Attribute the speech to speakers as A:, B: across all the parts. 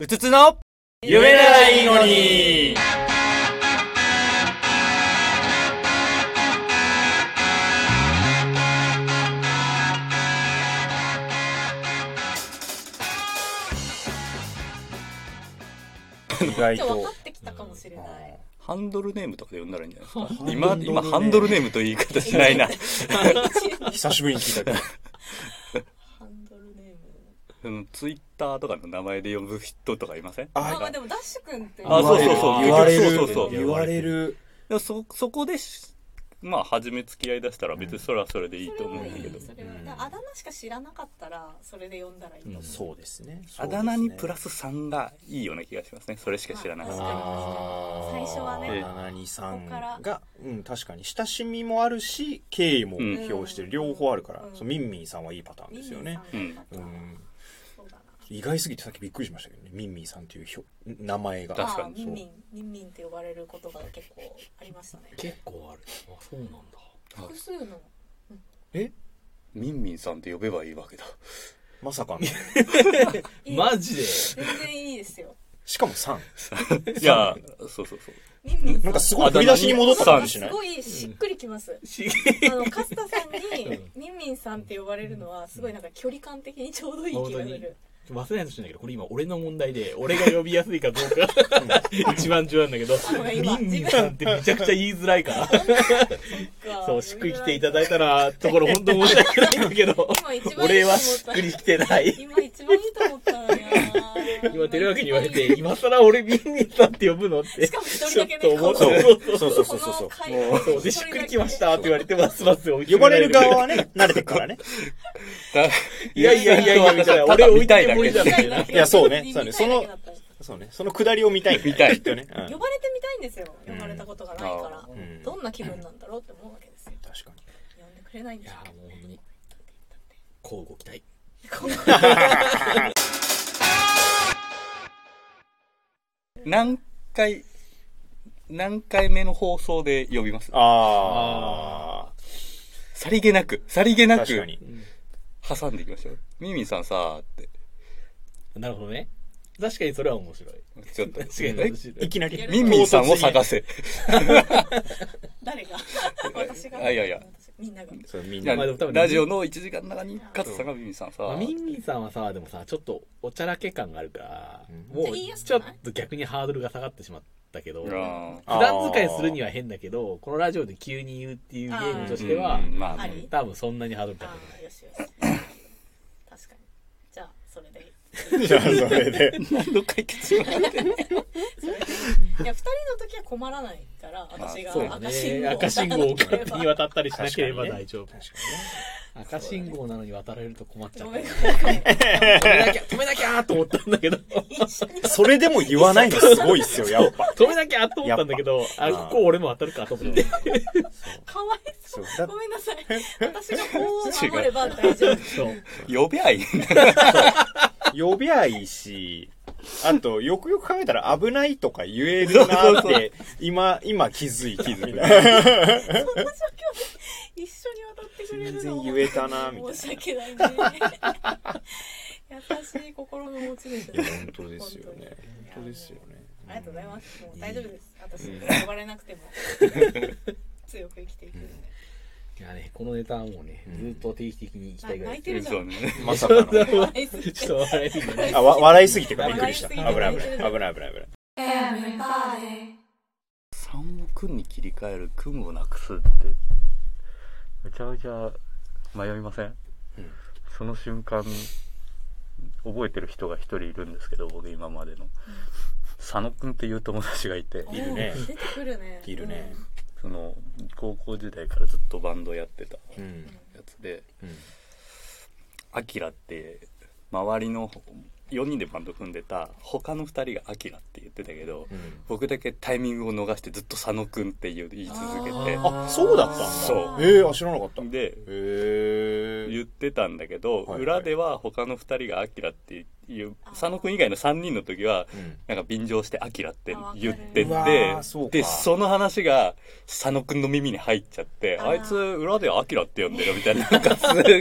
A: うつつの
B: 夢ならいいのに
A: 意外
C: ちょっと分か
A: と
C: ってきたかもしれない。
A: ハンドルネームとかで呼んだらいいんじゃないです か
B: ル
A: 今
B: ネーム
A: 今ハンドルネームという言い方しないな
B: 久しぶりに聞いたけど。
C: ハンドルネーム。
A: ツイッターとかの名前で呼ぶ人とかいません
C: あ、ま
B: あ
C: あでもダッシュ君って。
A: あそうそうそう
B: 言われ
A: そうそう
B: る
A: そう。
B: 言われる。
A: でもそそこでしまあ初め付き合いだしたら別にそれはそれでいい
C: そ
A: と
C: れ
A: 思う
C: は
A: んだ
C: い
A: け
C: い
A: ど、
C: それはだからあだ名しか知らなかったら、それで呼んだらいいと思う。
B: そうですね。
A: あだ名にプラ
B: ス。
A: ス3がいいような気がしますねそれしか知らなかった
C: 確まかに
B: あ
C: 最初はね
B: あだ名にさ
C: こ
B: ん
C: こから
B: が、うん、確かに親しみもあるし、敬意も
A: うん
B: 表してる。両方あるから
C: う。ん
B: そうミンミンさんはいいパターンですよね。
C: ミンミンさん
B: う
C: が良かっ
B: ん。
C: たそうだな。
B: 意外すぎてさっきびっくりしましたけどね。ミンミンさんというひょ名前が。
A: 確か
C: あ
A: に
C: ミンミ
B: そ
C: ン、ミ
B: う
C: ンミンって呼ばれることが結構ありましたね。
D: 結構あるあそうなんだ
C: 複数の。
B: え
A: みんみんさんって呼べばいいわけ だ
B: まさかの。
C: いい
D: マジ で
C: 全然いいですよ。
B: しかもさん。
A: いやそうそうそう
C: ミンミンさん。
B: なんかすごい振り出しに戻った感じしな
C: す
B: い
C: ごいしっくりきます。あの、カスタさんに、ミンミンさんって呼ばれるのは、すごいなんか距離感的にちょうどいい気がす
D: 本当に
C: る。
D: 忘れないとしいんだけどこれ今俺の問題で俺が呼びやすいかどうか一番重要なんだけど
C: のね
D: ミ
C: 今
D: ンミンさんってめちゃくちゃ言いづらいから そうしっくりきていただいたらところ本当申し訳ないんだけど
C: 今一番いい
D: 俺
C: と思
D: はし
C: った
D: っくりきてない
C: 今一番いいと思ったのよ
D: 今テレワークに言わ れて今更俺ミンミンさんって呼ぶのって
C: しかも一
D: ち
C: 人
D: ょ
C: だ
D: っ
C: けね
D: と思っ
B: そう
D: て
B: そうそうそうそうそう。
D: そうでしっくりきましたって言われてますます
B: 呼ばれる側はね、慣れてるからね。
D: いやいや いやいやみたいな俺置いてけぼりじゃない
B: いやそうねそうねそのそうね。その下りを見たいんだよね。
A: 見たい
B: きっとね。うん
C: 呼ばれてみたいんですよ呼ばれたことがないから
A: う
B: うん
C: どんな気分なんだろうって思うわけですよ
B: 確かに。
C: 呼んでくれないん
D: い
C: で
D: や
C: すよ
D: ーもう本当にこうご期待
A: 何回何回目の放送で呼びます
B: あ
A: さりげなくさりげ
B: あ。
A: な
B: 確か
A: く
B: に。
A: 挟んでいきましょうみんみんさんさーって
D: なるほどね確かにそれは面白い
A: ちょっ と
D: 確かに面白
B: い
D: い
B: きなり。
A: みんみんさんを探せ
C: 誰が私が
A: あいやいや
C: 私みんなが
B: そう、みん
A: いや
B: な
D: まあでも多分
A: ラジオの1時間の中に勝さんがみんみんさんさ
D: まあ、
A: ー
D: ミンミンさんはさでもさちょっとおちゃらけ感があるから、
B: うん
C: じ
D: も
C: ゃあ
D: う
C: 言いやす
D: ち
C: くな
D: ょ
C: い
D: っと逆にハードルが下がってしまったけど
A: う
D: 普
A: ん
B: あー
D: 段使いするには変だけどこのラジオで急に言うっていうゲームとしては
A: うんまあ
C: あり
D: 多分そんなにハードル高
C: あ
D: く
C: あよしよし確かにじゃあそれで
B: じゃあ、それで。
A: 何の解決もない
C: い や二人の時は困らないから私が
A: そうだ
C: 赤信号
D: ない赤信号を勝手に渡ったりしなければ
B: 確かにね
D: 大丈夫、赤信号なのに渡られると困っちゃう
C: ご
D: から
C: めん
D: 止
C: ご
D: めなきゃ止めなきゃーと思ったんだけど
C: め ん一緒に
B: それでも言わないのすごいっすよ、やっぱ。
D: 止めなきゃーと思ったんだけどあ
B: っぱ
D: ここ俺も渡るかと思って
C: かわい
B: そう。
C: そうごめんなさい私が法を守れば大丈夫
D: そう
A: 呼べゃいいんだ
B: 呼びゃいいし、あと、よくよく考えたら危ないとか言えるなって、今、今気づいた。気づいた。
C: この状況で一緒に渡ってくれるの
B: 全然言えたなみたいな
C: 申し訳ないね優しい心の持ち主だね
B: 本当ですよね。本当ですよね。
C: ありがとうございますもう大丈夫です私呼ばれなくても強く生きていくんで
D: いやね、このネタはもうね、ずっと定期的に行きたいぐら
C: 泣
D: い。
C: いてるじゃ
A: そうんね
B: まさかの。
C: 笑いすぎて
D: ちょっと笑いすぎてね。
B: あ、わ笑いすぎてかびっくりした。危ない危ない
C: 笑いすぎて
B: 危ない危ない危ない。
A: 3を君に切り替える君をなくすってめちゃめちゃ迷いません、その瞬間覚えてる人が一人いるんですけど僕今までの、佐野君っていう友達がいて
C: おー
B: いるね
C: 出てくるね
B: いるね。
A: その高校時代からずっとバンドやってた
B: うん。
A: やつで
B: うん。
A: アキラって周りの4人でバンド組んでた他の2人がアキラって言ってたけど、
B: うん
A: 僕だけタイミングを逃してずっと佐野くんって言う言い続けて
B: あ、そうだったんだ。
A: そう
B: ええー、あ、知らなかった。へ
A: で
B: え。
A: 言ってたんだけど、
B: はいはい
A: 裏では他の2人が「アキラっていう佐野くん以外の3人の時はなんか便乗して「アキラって言って
B: あわかるう
A: て
B: わーそうか
A: でその話が佐野くんの耳に入っちゃって
C: あ
A: あ
C: ー
A: いつ裏で「アキラって呼んでるみたいな なんかすげえ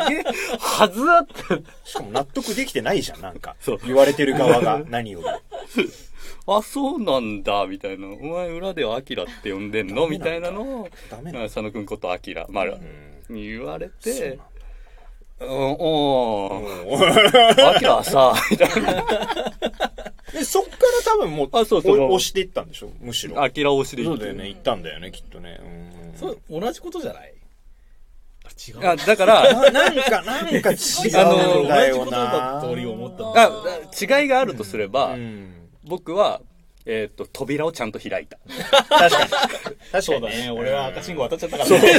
A: はずだって
B: しかも納得できてないじゃん、なんか。
A: そう
B: 言われてる側が何より。
A: あ、そうなんだ、みたいな。お前裏ではアキラって呼んでんのみたいなのを、
B: ダ
A: な
B: メ
A: ん
B: な
A: か
B: の
A: 佐野くんことアキラ、まる
B: うん
A: に言われ
B: そうなん
A: てう
B: だ、
A: ん、おー、
B: もう
A: アキラはさ、みたいな。
B: でそっから多分もう
A: あそうそう
B: お押していったんでしょむしろ
A: アキラ推しで
B: そ
A: 言っ
B: う
A: て
B: だ
A: る
B: よね行ったんだよねきっとねうん
D: そう、同じことじゃないあ、違う。
A: あだから、
B: ななんかなんか違うんだよな
D: 同じことだと俺思ったの。
A: あ違いがあるとすれば、
B: うん
A: 僕は、えーっと、扉をちゃんと開いた。
B: 確かに確か
D: そう
B: に
D: だ
B: ね
D: ね。俺は赤信号渡っちゃったから
B: そう
D: ね。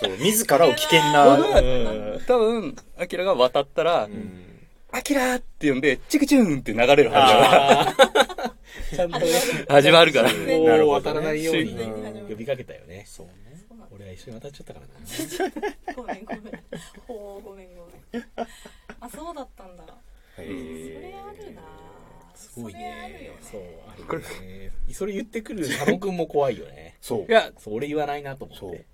B: そう自らを危険な
D: うん
A: 多分、アキラが渡ったら、
B: うん
A: アキラーって呼んで、チクチューンって流れるは
D: あーちゃん と、
A: ずだ。始まるから。
C: ね
B: なる
D: こう
B: ほどね
D: 渡らないように
C: うん
D: 呼びかけたよね。
B: そうね
D: 俺は一緒に渡っちゃったから な。
C: ごめんごめん。ほうごめんごめん。あそうだったんだ。
B: へ
C: そ
B: ー
C: れあるな。
D: すごい
C: それあるよ
D: ね。そう、あるよね。それ言ってくる佐野くんも怖いよね。
B: そう
A: いや、
D: そう、俺言わないなと思っ
B: そう
D: て。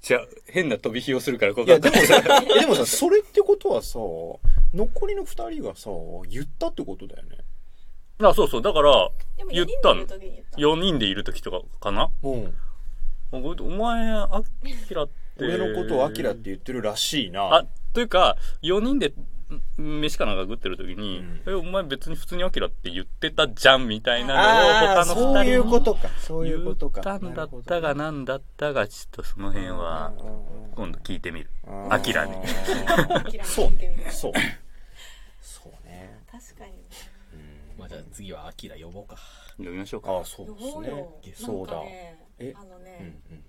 A: じゃあ変な飛び火をするから、こ
B: いや、
A: こ
B: でもさ、えでもさ、それってことはさ、残りの二人がさ、言ったってことだよね。
A: あ、そうそう。だから、
C: でも
A: 言
C: 四
A: っ
C: 人
A: た
C: で
A: の
C: いる時に言った。
A: 4人でいる時とかかな
B: うん。
A: お前、アキラって。
B: 俺のことをアキラって言ってるらしいな。
A: あ、というか、4人で、ん飯かなんか食ってる時に、
B: うん
A: え、お前別に普通にアキラって言ってたじゃんみたいなのを他の
B: あー、
A: 2
B: そ
A: 人
B: う
A: に
B: いうことか。そういう
A: 言
B: こ
A: っ
B: とか。
A: たんだったがなんだったが、ちょっとその辺は、今度聞いてみる。アキラに。
B: そうね。
C: 確
B: そう。そうね。
C: かに。
D: まあじゃあ次はアキラ呼ぼうか。
A: 読みましょうか。
B: あ、そう
C: 呼
B: です
C: ぼう
B: ね
C: よ。。
B: そうだ。
C: なんか
B: う
C: ね
B: え
C: あの
B: んう
C: ね、
B: ん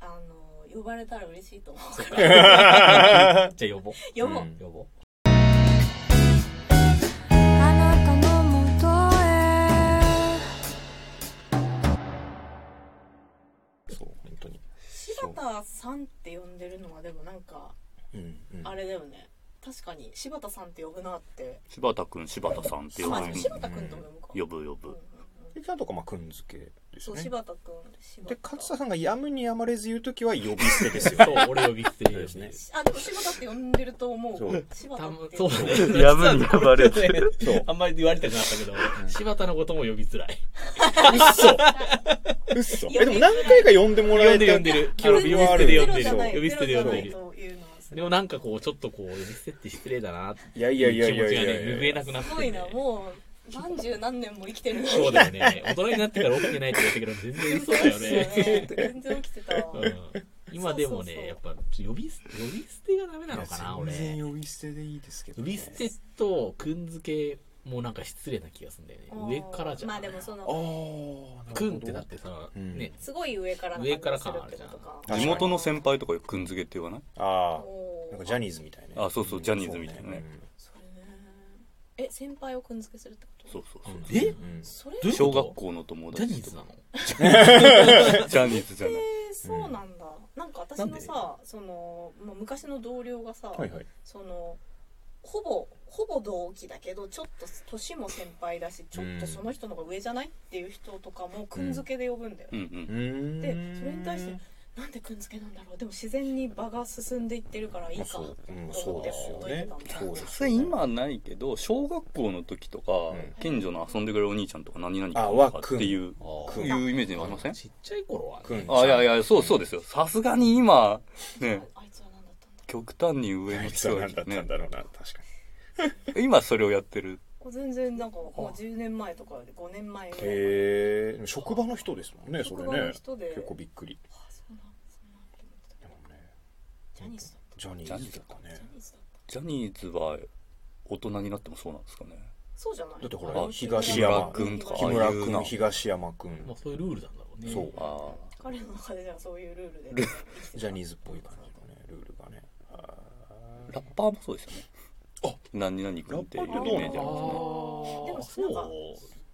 C: あの呼ばれたら嬉しいと思うから。
D: じゃあ呼ぼう。
C: 呼ぼう。
B: うん
D: 呼ぼう。
E: あなたのもとへ
B: うんそう、本当に。
C: 柴田さんって呼んでるのはでもなんか
B: うんうん
C: あれだよね。確かに柴田さんって呼ぶなって。
A: 柴田くん、柴田さんって呼ぶ
C: まあ。柴田くんとも呼ぶか。
A: 呼ぶ呼ぶ。
B: でちゃんとか、まあ、くんづけです
C: そ
B: よ
C: う
B: ね。
C: 柴田くん。柴
B: で、
C: 田
B: 勝田さんがやむにやまれず言うときは呼び捨てですよ。
D: そう、俺呼び捨て
B: そう
D: で
B: です
D: す
B: ね
D: ね。
C: あ、でも柴田って呼んでると思。
B: そう
C: 柴田
D: た
C: っ
D: ま
C: て。
D: そうだね。
A: やぶにやばれてる
D: そうあんまり言われたくなかったけど、柴田のことも呼びづらい。
B: 嘘。え、でも何回か呼んでもら
D: 呼
B: え
D: ん
B: て
D: でる呼んでる。
B: 記憶
D: 呼
B: はあ
D: び捨
B: る
D: て
C: ゼロ
B: よ
D: で呼んで
C: じ
D: る。
C: ゃない。
D: 呼び捨てで呼んで
C: ゼロ
D: る。
C: じゃないというのはす
D: でもなんかこう、ちょっとこう、呼び捨てって失礼だなって
B: いやいやいや
D: いう
B: い
D: 気
B: や
D: 持
B: い
D: ちが
B: や
D: ね、拭えなくなって
C: す
D: る
C: ごいな、もう、何十何年も生きてるのに。
D: そうだよね。大人になってから起きてないって言ったけど、全然そうだよね。
C: 全然起きてたわ。
D: うん今でも
C: そうそうそう
D: ね、やっぱ、呼び捨て、呼び捨てがダメなのかな、俺。
B: 全然呼び捨てでいいですけど、
D: 呼び捨てと、くんづけもなんか失礼な気がするんだよ
C: お
D: ね。
C: ー
D: 上からじゃん。
C: まあでもそ
B: ああ
C: の、
D: くんってだってさ、
B: うん
D: ね、
C: すごい上からの
D: 上から
C: 感
D: 感
C: じがす
D: ある
C: る
D: じ
C: って
D: ゃん
C: ことか。
B: 確かに
A: 地元の先輩とかくんづけって言わない
B: ああ
C: お
B: なん
C: ー
B: かジャニーズみたいね
A: あそうそうジャニーズみたいなね
C: それねえ、先輩をくんづけするってこと
A: そうそうそう。
D: えどういう
C: それっ
D: どういう
A: 小
D: こと
A: 学校の友
D: ジャ
A: 達
D: ニーズなの
A: のジャニーズじゃない。
C: てそうなんだ。なんか私
D: なん
C: の
D: で
C: さ、その、まあ昔の同僚がさ、
B: はいはい
C: そのほぼほぼ同期だけどちょっと年も先輩だしちょっとその人の方が上じゃないっていう人とかもくんづけで呼ぶんだよ、
A: うんう
B: う
A: ん。
B: ん
C: でそれに対してなんでくんづけなんだろうでも自然に場が進んでいってるからいい
B: まあ
C: かと
B: そう
C: 思って
B: うんそうですよね
C: 覚えてた
B: そ
C: んだ
B: うで
A: さ
B: す
A: すがに今はないけど、小学校の時とか、
B: ん
A: 近所の遊んでくれるお兄ちゃんとか何々
B: あ
A: 君
B: は
A: とかっていう、
D: あ
B: 君
A: いうイメージありません
D: ちっちゃい頃はね、
B: くん
A: あ、いやいや、そうそうですよ。さすがに今、ね、
C: あいつは何だったんだ
A: 極端に上
B: あ
A: の
B: いつは
A: 人が
B: 何だったんだろうな確か
A: ね今それをやってる。
C: こう全然なんかもう10年前とかより5年前ぐ
B: に
C: らい
B: へえ職場の人ですもんねそれ
C: 職場の
B: ね
C: 人で
B: 結構びっくり
C: あそうなんそうなんだと思ってた
B: でもね
C: ジャニーズだっ
B: ジャニーズとか
C: た
B: ね
C: ジャニーズだった
A: ジャニーズは大人になってもそうなんですかね。
C: そうじゃない
B: だってほ
A: あ
B: ら東
A: 木村
B: 山
A: 君とか
B: 木
A: ああいうな
B: 村君東山君
D: まあそういうルールなんだろうね。
B: そう
A: あ
C: 彼の中でじゃあそういうルール
A: ル
C: で
B: ジャニーズっぽい感じのねルールがね
A: あ。ラッパーもそうですよね。あ何々君っていうイメ
B: ラッパーってどうなの
A: ージありますね。
C: で
D: あ
C: も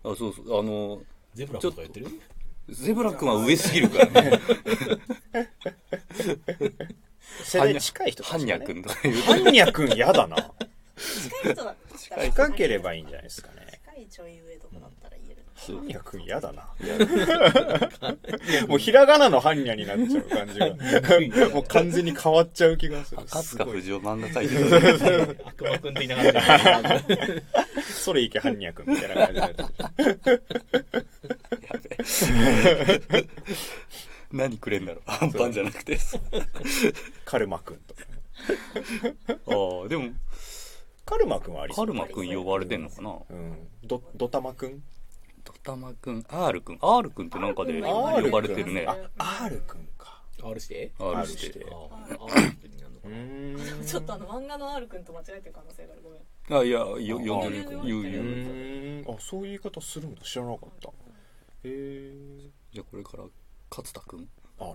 D: あ、
C: なんか
D: そう。
A: あ、そうそう。あの、
D: ゼブラとかやってる
A: ゼブラ君は上すぎるからね。
B: 世代近い人
A: ハンニャ君とかいう。
B: ハンニャ君やだな
C: 近い人だったら
B: 深ければいいんじゃないですかね
C: 近いいちょい上とかだったら言えるの
B: ハンニャ君嫌だな。 もうひらがなのハンニャになっちゃう感じが。 もう完全に変わっちゃう気がする。
A: 赤
B: す
A: 塚
B: ご
A: 不
B: い。
A: 二夫漫画書いてる
D: 悪魔くんって言いながら。
B: それいけハンニャ君みたいな感じになっちゃう
A: 何くれんだろうアンパンじゃなくて
B: カルマ君とか。
A: ああでも
B: カルマ君はありそ
A: カ
B: う。
A: ルマくん呼ばれてんのかな
B: うん。ド、ドタマ君
A: ドタマくん R くん R くんってなんかで
C: あ R
A: 呼ばれてるね
B: あ、R 君か。
D: R して。
A: R
B: し
A: して
B: てうーん。
C: ちょっとあの漫画の R 君と間違えてる可能性があるごめん
A: あいやよ呼んでる
C: あ
A: 言う言
B: う
A: う
B: ーん。あ、そういう言い方するんだ。知らなかった。へー。
A: じゃあこれから勝田くん
B: あら。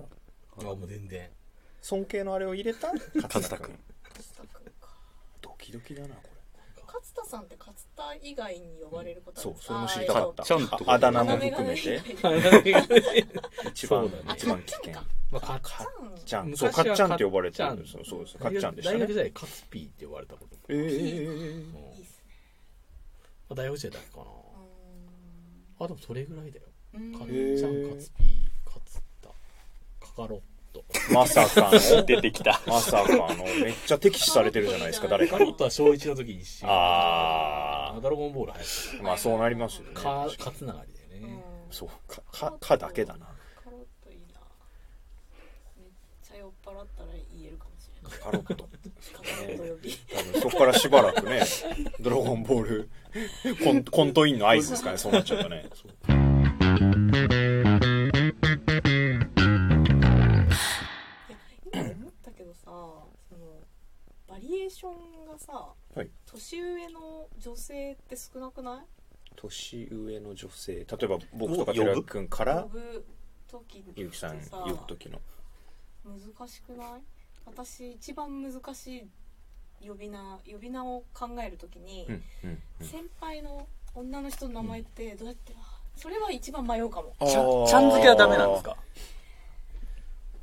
D: あ、もう全然。
B: 尊敬のあれを入れた勝
A: 田
B: 田
A: 君
B: 君。
C: 勝田君か
B: ドキドキだな、これ。
C: 勝田さんって勝田以外に呼ばれることあ
B: そ
C: る、
B: うん
C: です
B: そ
C: か
B: れも知りたかっ
A: あちゃ
B: た。
A: んと
B: ああだ名も含めて、一番、
D: そうだね
B: 一番危険。
D: まあ、かっ
C: あ
D: ち
C: ダメがね
B: ちゃ
D: ゃ
B: ん、
D: ん。
B: そう、かっちゃんって呼ばれてるんです
D: そ
B: よ。
D: う
B: そうです。
D: か
B: か
D: っ
B: っ
D: ち
B: ち
D: ゃ
B: ゃ
D: ん
B: ん
D: で
B: で
D: し
B: したた
D: ね。大
B: ね
D: 学。時代、カツピーって呼ばれたことも。
B: えー
D: うん
C: いいっすね
D: まあ大学時代だけかな。あ、でもそれぐらいだよ。
C: うーん
D: か
C: う
D: っち
C: ーん
D: ゃん、カツピー、カツタ、カカロット。
B: まさかの、
A: 出てきた
B: まさかの、めっちゃ敵視されてるじゃないですか、誰
D: カ
B: か
D: カロッ
B: に。
D: トは小一の時に一緒に
B: あ
D: ドラゴンボール流行って
B: まあ、そうなりますよね。
D: た。か、カツナガリだよね。
B: そう、か、か、かだけだな。
C: カロットいいなめっちゃ酔っ払ったら言えるかもしれない
B: カロット。
C: カロット呼び
B: 多分そこからしばら くね、ドラゴンボール、コンコントインの合図ですかね、そうなっちゃうとね。
C: いや今思ったけどさそのバリエーションがさ、
B: はい
C: 年上の女性って少なくない
B: 年上の女性、例えば僕とか寺く君から
C: 呼、ぶ時って
B: ゆうきさん呼ぶ時の。
C: 難しくない私一番難しい呼び名呼び名を考える時に、
B: うん、うん。
C: 先輩の女の人の名前ってどうやって、それは一番迷うかも
A: ちゃん
B: ち
A: ちゃん付けはダメなんですか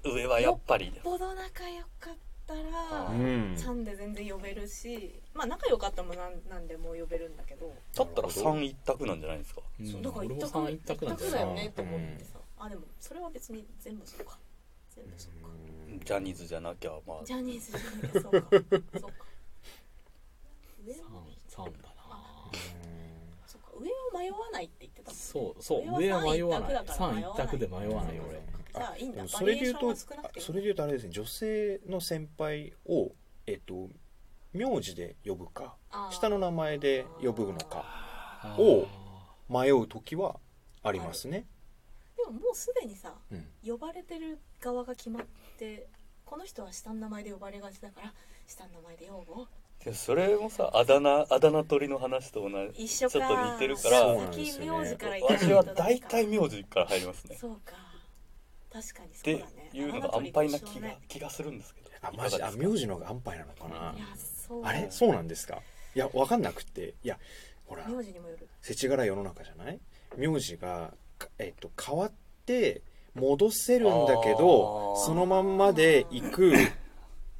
A: 上はやっぱり
C: ボド仲良かったら、
B: うん
C: ちゃんで全然呼べるしまあ仲良かったもなんなんでも呼べるんだけど
A: だったら3一択なんじゃないですか
D: うん
C: だから
D: 俺
C: 一
D: も
C: 択
D: 三一択なんだ
C: だ
D: よ
C: よねと思ってさ、あでもそれは別に全部そうか全部そうか、
A: ジャニーズじゃなきゃまあ
C: ジャニーズじゃなくてそうかそうか上
D: な
C: は
D: 三三だな
C: そうか上は迷わないって言ってたもんね
D: そうそう
C: 上
D: 上
C: は
D: は
C: 迷
D: 迷
C: わ
D: わ
C: な
D: ないい三一択で迷わないよ 俺
C: じゃあいいん
B: で
C: だ
B: も
C: バ
B: そ
C: リエ
B: れで
C: ー
B: 言
C: ショ
B: う
C: ンが
B: と
C: 少な
B: あ
C: くていい
B: それで言うとあれですね女性の先輩をえっと名字で呼ぶか
C: あー
B: 下の名前で呼ぶのかを迷う時はありますね、
C: でももうすでにさ
B: うん、
C: 呼ばれてる側が決まってこの人は下の名前で呼ばれがちだから下の名前で呼ぼう
A: でもそれもさあだ名あだ名取りの話と同じ
C: 一緒か
A: ちょっと似てるから
B: そうなんです
C: 先
B: よね
C: 名字から行かない
A: 私
C: と
A: は
C: ダメ
A: 大
C: か
A: 体名字から入りますね
C: そうか確かにそう
A: で
C: だね
A: いうのが安牌な気が気がするんですけど
B: あマジあ名字の方が安牌なのかない
C: やそう
B: あれそうなんですかいや分かんなくっていやほら
C: 名字にもよる
B: 世知辛い世の中じゃない名字が、かえっと、変わって戻せるんだけど
A: あー
B: そのまんまで行く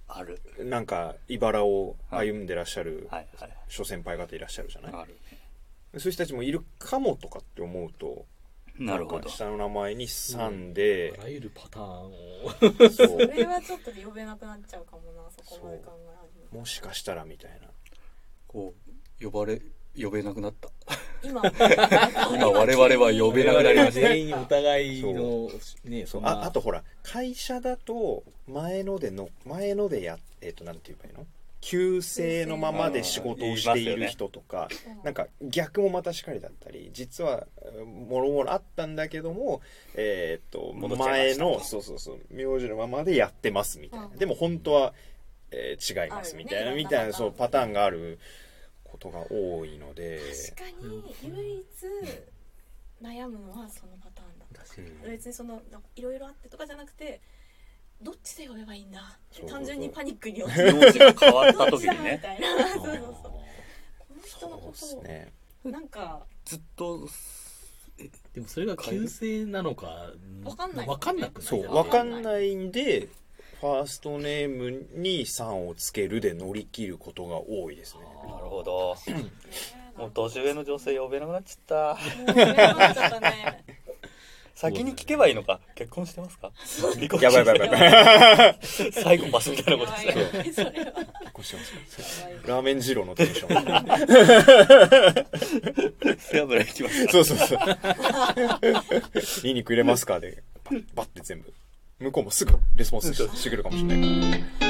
A: ある
B: なんか茨を歩んでらっしゃる
A: はいはい
B: 諸先輩方いらっしゃるじゃない、
A: ある
B: そういう人たちもいるかもとかって思うと
A: なるほ
B: ん
A: ど
B: か下の名前にさんで
D: あ、らゆるパターンを
B: そ
C: そ
B: う
C: れはちょっと呼べなくなっちゃうかもなそこまで考え始めた
B: もしかしたらみたいな
A: こう呼ばれ呼べなくなった
C: 今今
A: 今我々は呼べなくなりました
D: 全員お互いのね
B: そ
D: そうの
B: ああとほら会社だと前のでの前のでやえっ、となんて言えばいいの旧姓のままで仕事をしている人とか、
C: うん
B: なんか逆もまたしかりだったり実はえーもろもろあったんだけどもえーっと
A: 戻っちゃいま
B: 前
A: したと
B: のそうそうそう名字のままでやってますみたいな、
C: うん
B: でも本当は、えー違いますみたいな、
C: あるよね
B: みたいなそう
C: パタ
B: パ
C: ー
B: ター
C: ン
B: ンがあることが多いので
C: 確かに唯一悩むのはそのパターンだ
D: 確かに
C: 別にそのいろいろあってとかじゃなくてどっちで呼べばいいんだ
B: そう
C: 単純にパニックに陥る
A: 名字が変わった
C: どっ
A: 時
C: ちだ
A: に
C: み
A: ね
C: たいな そうそうそうこの人の
B: そ
C: こ
B: うで
C: と
B: す
C: を、
B: ね
C: なんか
A: ずっと
D: でもそれが旧姓なのか
C: わかんない
D: わかんなくない
B: そう
C: わ
B: 分かんないんでファーストネームに「さん」をつけるで乗り切ることが多いですね
A: なるほど
C: ね
A: もうん年上の女性呼べなくなっちゃった
C: もうやめなっちゃったね。
A: 先に聞けばいいのか結婚してますか離婚
B: やばいやばいやばい。
A: サイコパスみたいなこと ですね
C: 怖いそれは
D: こうしてます
C: 怖い
B: ラーメン二郎のテンション。
A: 背脂いきます
B: そうそうそう。ニンニク入れますかで、パッ、パッて全部。向こうもすぐレスポンスしてしてくれるかもしれないから。